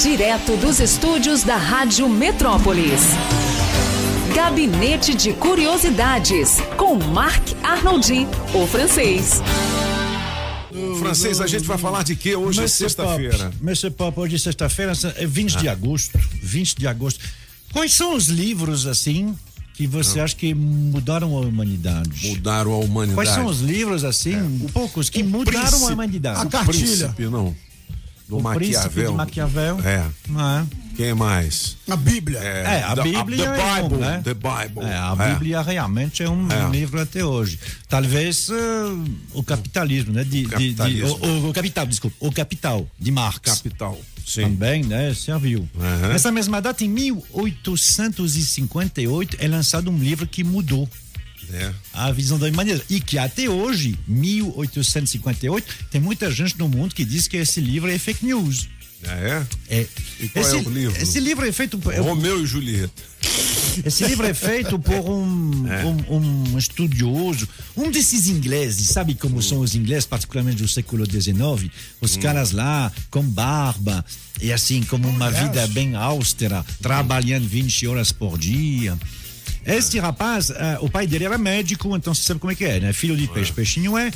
Direto dos estúdios da Rádio Metrópolis. Gabinete de Curiosidades, com Marc Arnoldi, o francês. Francês, a gente vai falar de que hoje é Mr. sexta-feira? Ah. Pop, Mr. Pop, hoje é sexta-feira, é 20 de agosto. 20 de agosto. Quais são os livros, assim, que você acha que mudaram a humanidade? Mudaram a Ah. humanidade. É. Quais são os livros, assim, poucos, que mudaram Príncipe- a humanidade? A cartilha. Príncipe, não. Do O Príncipe de Maquiavel. Maquiavel. É. Ah, Quem mais? A Bíblia. É, a The- The Bíblia é um, Bible. né? The Bible. é, a Bíblia realmente é um É. livro até hoje. Talvez eh, o capitalismo, né? De, de- de- Capitalismo. o, o- o capital, desculpa. O capital de Marx. Capital. Sim. também, né, serviu. Aham. Nessa mesma data, em 1858, é lançado um livro que mudou É. a visão da humanidade e que até hoje, 1858, tem muita gente no mundo que diz que esse livro é fake news. É. É. E qual é esse, o livro? Esse livro é feito por, Romeu e Julieta. esse livro é feito por um, um, um estudioso, um desses ingleses, sabe como são os ingleses, particularmente do século XIX? Os caras lá, com barba, e assim, como uma vida bem austera, trabalhando 20 horas por dia. Esse rapaz, eh, o pai dele era médico, então você sabe como é que é, né? Filho de peixe, peixinho é.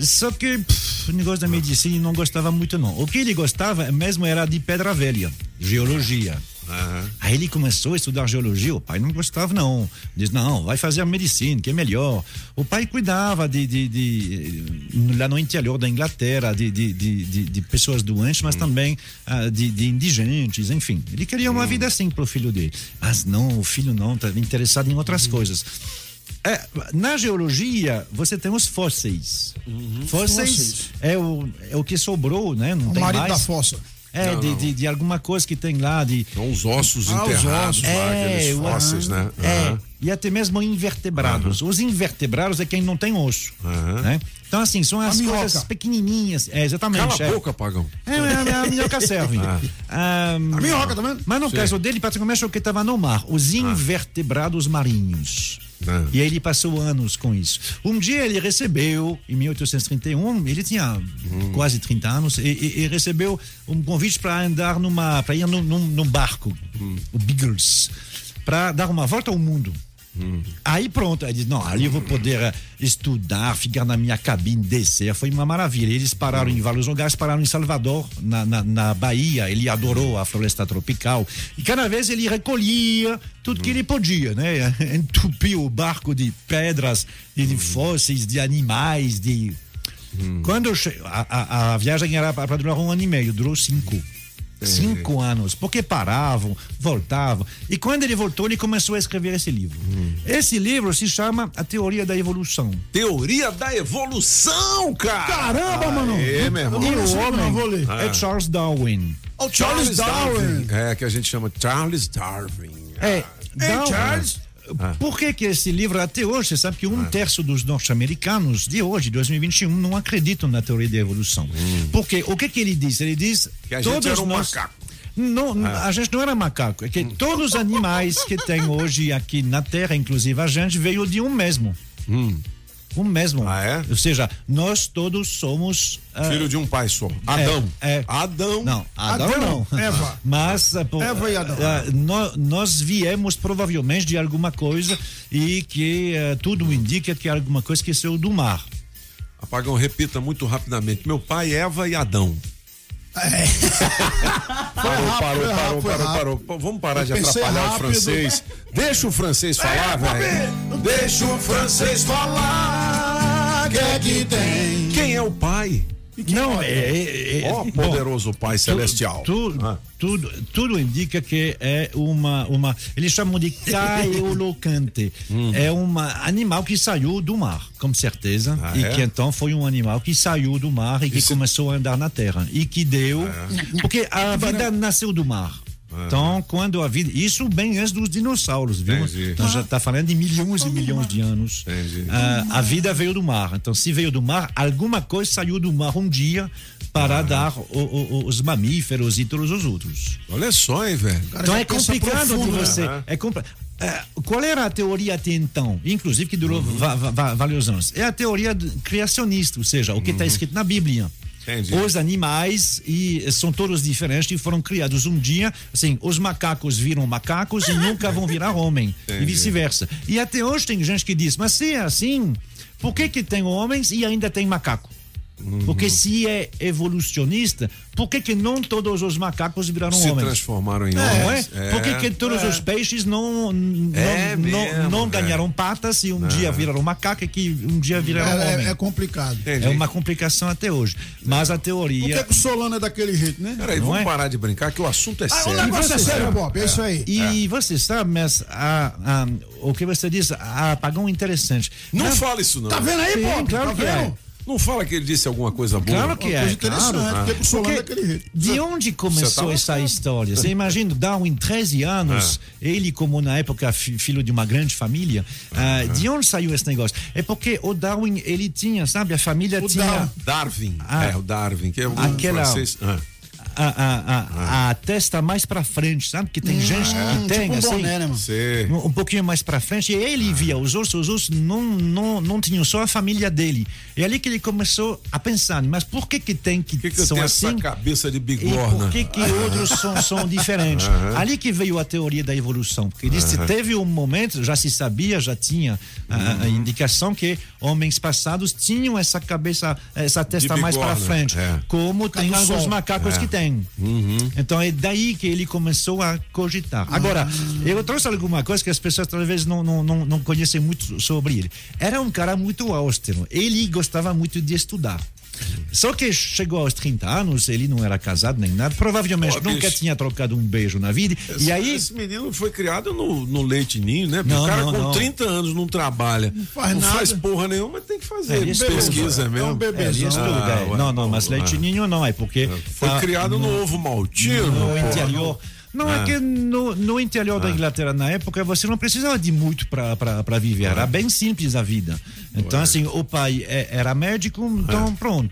Só que pff, o negócio da medicina ele não gostava muito, não. O que ele gostava mesmo era de pedra velha, geologia. É. Aí ele começou a estudar geologia, o pai não gostava não. Diz, não, vai fazer medicina, que é melhor. O pai cuidava de, de- de- eh, lá no interior da Inglaterra, de, de- de- de- de pessoas doentes, Hum. mas também ah, de, de indigentes, enfim. Ele queria Hum. uma vida assim para o filho dele. Mas não, o filho não, estava interessado em Uhum. outras coisas. É, na geologia, você tem os fósseis. Fósseis, Uhum. Fósseis. É, o, é o que sobrou, né? Não O tem marido mais. da fossa. É, de, de- de alguma coisa que tem lá, de, São Então, os ossos Ah, os enterrados ossos. lá, aqueles É, o- fósseis, né? É, Aham. e até mesmo invertebrados. Os invertebrados é quem não tem osso. Aham. né? Então, assim, são as minhoca. coisas pequenininhas. É, exatamente. Cala a é. boca, pagão. É, é, a minhoca serve. Ah, A minhoca, tá vendo? mas no Sim. caso dele, particularmente, o que estava no mar, os invertebrados marinhos. Ah. E aí ele passou anos com isso. Um dia ele recebeu, em 1831, ele tinha Hum. quase 30 anos, e, e- e recebeu um convite para andar numa, para ir num, num- num barco, Hum. o Beagles, para dar uma volta ao mundo. Aí pronto, aí diz, não, ali eu vou poder eh, estudar, ficar na minha cabine, descer, foi uma maravilha. Eles pararam em vários lugares, pararam em Salvador, na, na, na Bahia, ele adorou a floresta tropical. E cada vez ele recolhia tudo que ele podia, né? Entupiu o barco de pedras, de de fósseis, de animais, de... Quando eu che... a, a- a viagem era para durar um ano e meio, durou cinco. É. Cinco anos, porque paravam, voltavam. E quando ele voltou, ele começou a escrever esse livro. Hum. Esse livro se chama A Teoria da Evolução. Teoria da evolução, cara! Caramba, mano. É, meu irmão. Ah, E não o sei, mas eu vou homem ler. Ah. é Charles Darwin. Ó, o Charles Darwin. É, que a gente chama Charles Darwin. É, Darwin. Charles? ah. Por que, que esse livro até hoje, você sabe que Ah. um terço dos norte-americanos de hoje, 2021, não acreditam na teoria da evolução? Porque o que, que ele diz? Ele diz Hum. Que a gente era um macaco. Ah. Não, n- a gente não era macaco. É que todos os animais que tem hoje aqui na Terra, inclusive a gente, veio de um mesmo. Um mesmo. Hum. Ah, é? Ou seja, nós todos somos. ah, Filho de um pai só. Adão. é. Adão. não, Adão, Adão, não. Eva. Mas ah, por- Eva e Adão. ah, nó- nós viemos provavelmente de alguma coisa e que ah, tudo indica que é alguma coisa que saiu do mar. Apagão, repita muito rapidamente. Meu pai, Eva e Adão. É. Parou, parou, foi parou, rápido, foi parou, parou, Pa- Vamos parar de Eu pensei atrapalhar rápido. o francês. Deixa o francês É, falar, tá velho. Deixa o francês falar. que é que tem? Quem é o pai? Não, é. é, é- Ó, Oh, bom, poderoso pai celestial. Tu, Ah. tudo, tudo indica que é uma, uma. Eles chamam de caeolocante. Hum. É um animal que saiu do mar, com certeza. Ah, e é? que então foi um animal que saiu do mar e que Isso- Ah. começou a andar na terra. E que deu. Porque a vida nasceu do mar. Então, quando a vida. Isso bem antes dos dinossauros, viu? Entendi. Então já está falando de milhões e milhões de anos. Entendi. Ah, a vida veio do mar. Então, se veio do mar, alguma coisa saiu do mar um dia para dar o- o- o- os mamíferos e todos os outros. Olha só, hein, velho. então já é pensa complicado né? profundo, de você. É compli- Ah, qual era a teoria até então? Inclusive que durou va- va- va- vários anos. É a teoria do- criacionista, ou seja, o que está tá escrito na Bíblia. Entendi. Os animais e são todos diferentes e foram criados um dia, assim, os macacos viram macacos e nunca vão virar homem e Entendi. vice-versa. E até hoje tem gente que diz, mas se é assim, por que que tem homens e ainda tem macaco? Porque se é evolucionista, por que que não todos os macacos viraram Se homens? transformaram em Não um é? homens. Por que que todos os peixes não, não, É não, mesmo, não é. ganharam patas e um dia viraram macaco e que um dia viraram É, homem? é- é complicado. É. É uma complicação até hoje. Mas a Por que, teoria. que o Solano é daquele jeito, né? Peraí, Não vamos é? parar de brincar que o assunto é Ah, o sério. negócio é sério, Bob. É isso aí. E você sabe, mas a- a- o que você disse, a apagão é interessante. Não Na- fala isso, não. Tá vendo aí, Sim, Bob? claro tá que vendo? Não fala que ele disse alguma coisa boa. Claro que Uma é. coisa Claro. interessante. Por que, que o Solano é daquele jeito? De onde começou Você tá essa história? Você imagina, Darwin, 13 anos, É. ele, como na época, fi- filho de uma grande família, ah, de onde saiu esse negócio? É porque o Darwin, ele tinha, sabe, a família O tinha. Darwin. Darwin. Ah. é, o Darwin, que é o Aquela- francês. Ah. a, a- a- a testa mais pra frente, sabe? Que tem gente que tem, É. tipo um assim, boné, né, É. mano? Você. um, um pouquinho mais pra frente. E ele via os outros, os outros não, não, não tinham só a família dele. E ali que ele começou a pensar, mas por que que tem que, Por que, que eu são tenho assim? essa cabeça de E por bigorna? que, que outros são, são diferentes? Ali que veio a teoria da evolução, porque disse que teve um momento, já se sabia, já tinha a- a, a indicação que homens passados tinham essa cabeça, essa testa mais para bigorna, frente, é. como tem do alguns sol. macacos que têm. Uhum. Então é daí que ele começou a cogitar. Agora, eu trouxe alguma coisa que as pessoas talvez não, não, não, não conhecem muito sobre ele. Era um cara muito austero, ele gostava muito de estudar. Só que chegou aos 30 anos, ele não era casado nem nada, provavelmente Pô, nunca bicho. tinha trocado um beijo na vida. Esse, e aí, esse menino foi criado no, no leite ninho, né? Porque Não, o cara não, com não. 30 anos não trabalha, não faz nada. porra nenhuma, tem que É, fazer. ele estudou. pesquisa É um mesmo. bebê. é, ele Ah, estuda, é. ué, não, não, mas ué. leite ninho não, é porque Foi ah, criado no, ovo maltino. no porra. Ah. interior. Não é que no, no interior da Inglaterra, na época, você não precisava de muito para viver. Ah. Era bem simples a vida. Então, assim, o pai é- era médico, então Ah. pronto.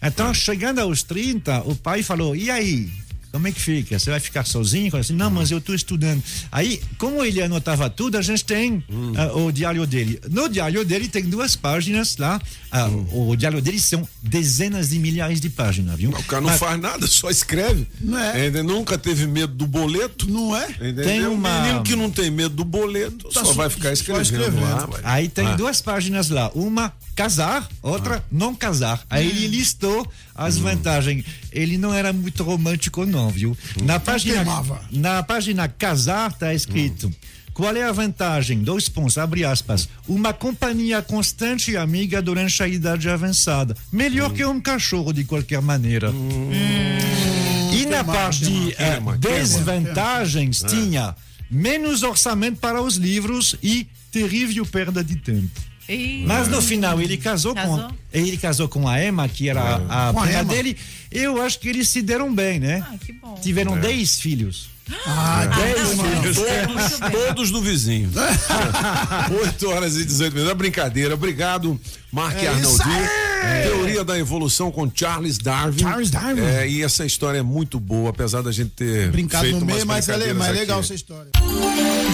Então, chegando aos 30, o pai falou: e aí? Como é que fica? Você vai ficar sozinho? Ele disse, não, Hum. mas eu estou estudando. Aí, como ele anotava tudo, a gente tem Hum. ah, o diário dele. No diário dele tem duas páginas lá. Ah, O diário dele são dezenas de milhares de páginas, viu? Hum. O cara não Mas- faz nada, só escreve. Não é? Ele nunca teve medo do boleto. Não é? Entendeu? Tem uma- Um menino que não tem medo do boleto Tá só su- vai ficar só escrevendo, escrevendo. tá. lá. ué. Aí tem Ah. duas páginas lá, uma casar, outra não casar. Aí ele listou as Hum. vantagens. Ele não era muito romântico não, viu? Hum. Na página queimava. na página casar tá escrito Hum. Qual é a vantagem? Dois pontos, abre aspas. Uma companhia constante e amiga durante a idade avançada. Melhor Hum. que um cachorro, de qualquer maneira. E na Queimava, parte de eh, queima, queima. É. desvantagens tinha menos orçamento para os livros e terrível perda de tempo. Ih, Mas no final ele casou, Casou? com ele casou com a Emma, que era a- a É. Com a prima Emma. dele. Eu acho que eles se deram bem, né? Ah, que bom. É. Tiveram 10 filhos. Ah, não, mano. não, Todos, muito bem. todos do vizinho. 8 horas e 18 minutos. É brincadeira. Obrigado, Mark É Arnaldi. isso aí! Teoria da evolução com Charles Darwin. Charles Darwin. É, e essa história é muito boa, apesar da gente ter Brincado feito no meio, umas mas é brincadeiras mais legal aqui. essa história.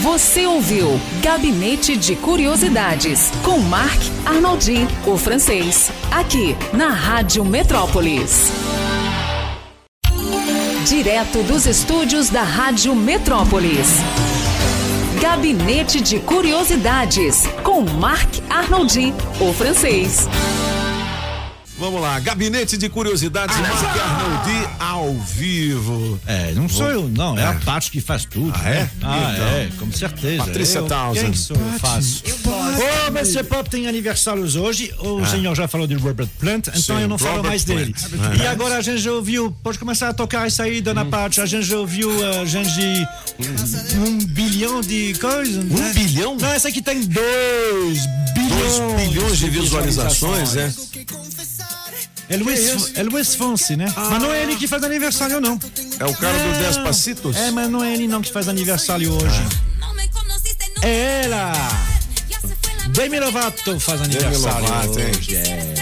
Você ouviu Gabinete de Curiosidades com Marc Arnoldi, o francês, aqui na Rádio Metrópolis. Direto dos estúdios da Rádio Metrópolis. Gabinete de Curiosidades com Marc Arnoldi, o francês. Vamos lá, gabinete de curiosidades, Mark Arnaldi ao vivo. É, não sou eu, não. É, a parte que faz tudo. Ah, é? né? Ah, Então. é, com certeza. Patrícia eu, Townsend. Quem sou eu faço? Eu gosto. Ô, mas você pop tem aniversários hoje. O senhor já falou de Robert Plant, então Ah. Sim, eu não falo Robert mais dele. Plant. Ah, é. E agora a gente já ouviu. Pode começar a tocar isso aí, dona Hum. Paty. A gente já ouviu eh, a gente. Um bilhão de coisas. Um bilhão? Não, essa aqui tem dois bilhões. 2 bilhões de visualizações, né? É Luiz, é Luiz Fonsi, né? Ah. Mas não é ele que faz aniversário, não. É o cara do Despacitos? É, mas não é ele não que faz aniversário hoje. É ela! Demi Lovato faz aniversário Lovato, hein? hoje. é.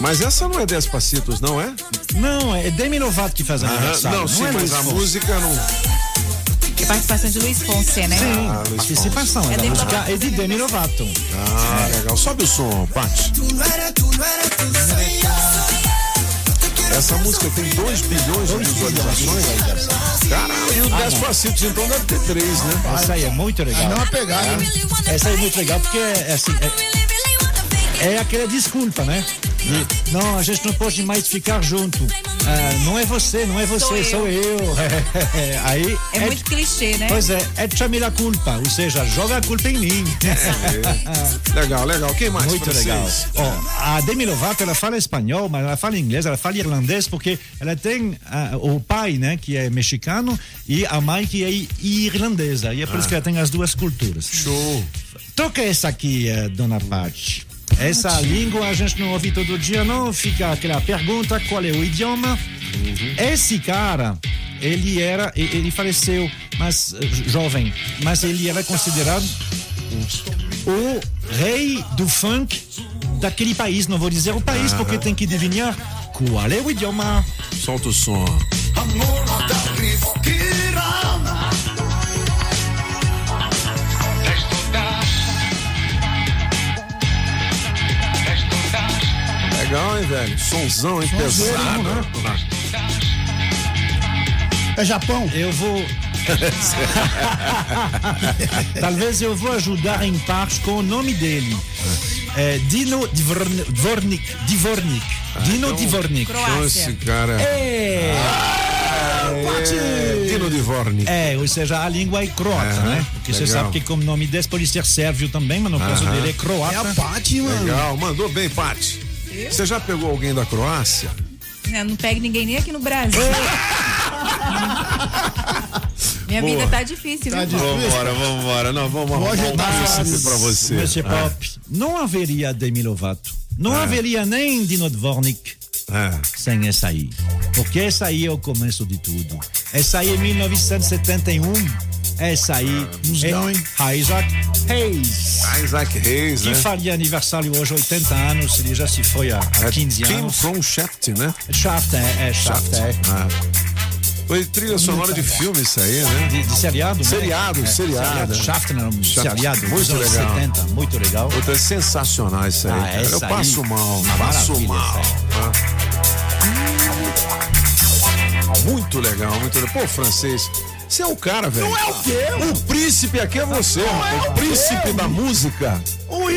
Mas essa não é Despacitos, não é? Não, é Demi Lovato que faz aniversário. não, sim, é mas Luiz a Fonsi. música não. É participação de Luiz Fonse, né? Sim, Luiz participação. É essa Demi música Lovato. é de Demi Lovato. Ah, legal. Sobe o som, Paty. Tu no eres, tú no eres, tú soy yo. Te quiero Essa música tem 2 bilhões de visualizações. Caralho, e o Despacito, então deve ter três, né? Essa aí é muito legal. Não né? a pegada. Essa aí é muito legal porque é assim, é, é aquela desculpa, né? De, não, a gente não pode mais ficar junto. Ah, não é você, não é você, Sou sou eu. aí É muito clichê, né? Pois é, é chame la culpa, ou seja, joga a culpa em mim. Legal, legal. Quem mais? Muito pra legal. vocês? Ó, a Demi Lovato, ela fala espanhol, mas ela fala inglês, ela fala irlandês, porque ela tem ah, o pai, né, que é mexicano, e a mãe que é irlandesa. E é por isso que ela tem as duas culturas. Show. Toca essa aqui, eh, dona Paty. Essa língua a gente não ouve todo dia, não. Fica aquela pergunta: qual é o idioma? Uhum. Esse cara, ele era, e- ele faleceu, mas eh, jo- jovem, mas ele era considerado o rei do funk daquele país. Não vou dizer o Ah. país porque tem que adivinhar qual é o idioma. Solta o som. Legal, hein, velho? Sonzão, hein? Pesado. É Japão? Eu vou. Talvez eu vou ajudar em parte com o nome dele. É Dino Dvorn- Dvornik. Dvornik. Dino Dvornik. Ah, Então, Croácia. esse cara. Ah, É, É, Dino Divorni. é, ou seja, a língua é croata, Aham, né? Porque você legal. sabe que como nome desse pode ser sérvio também, mas no caso Aham. dele é É a croata. Paty, mano. Legal, mandou bem, Pati. Você já pegou alguém da Croácia? Né, Não pega ninguém nem aqui no Brasil. Minha Boa. vida tá difícil, Tá viu? difícil. Vambora, vambora. Não, vamos arrumar Hoje um dá- príncipe pra você. É. Monsieur Pop, não haveria Demi Lovato. Não haveria nem Dino Dvornik. É. sem essa aí. Porque essa aí é o começo de tudo. Essa aí é 1971. Essa aí Musgão, hein? é Isaac Hayes. Ah, Isaac Reis, Que né? faria aniversário hoje, 80 anos, ele já se foi há É 15 Kim anos. from Shaft, né? Shaft, é, é Shaft, é. Ah. Foi trilha sonora de filme isso aí, né? De, de seriado, né? Seriado, É, seriado. Shaft não, um Shaft, seriado, muito dos anos legal. 70, muito legal. Puta, é sensacional isso aí. Ah, cara. essa Eu passo aí, mal, uma passo maravilha mal. essa Ah. Muito legal, muito legal. Pô, francês, você é o cara, velho. Não é o quê? O príncipe aqui é você. o príncipe da música. Ui!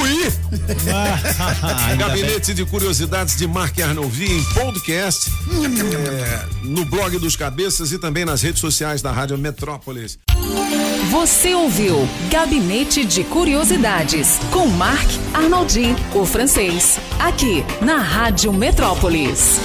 Ui! Ah, Ainda bem. Gabinete de Curiosidades de Mark Arnoldi em podcast, é, no blog dos Cabeças e também nas redes sociais da Rádio Metrópolis. Você ouviu Gabinete de Curiosidades com Marc Arnoldi, o francês, aqui na Rádio Metrópolis.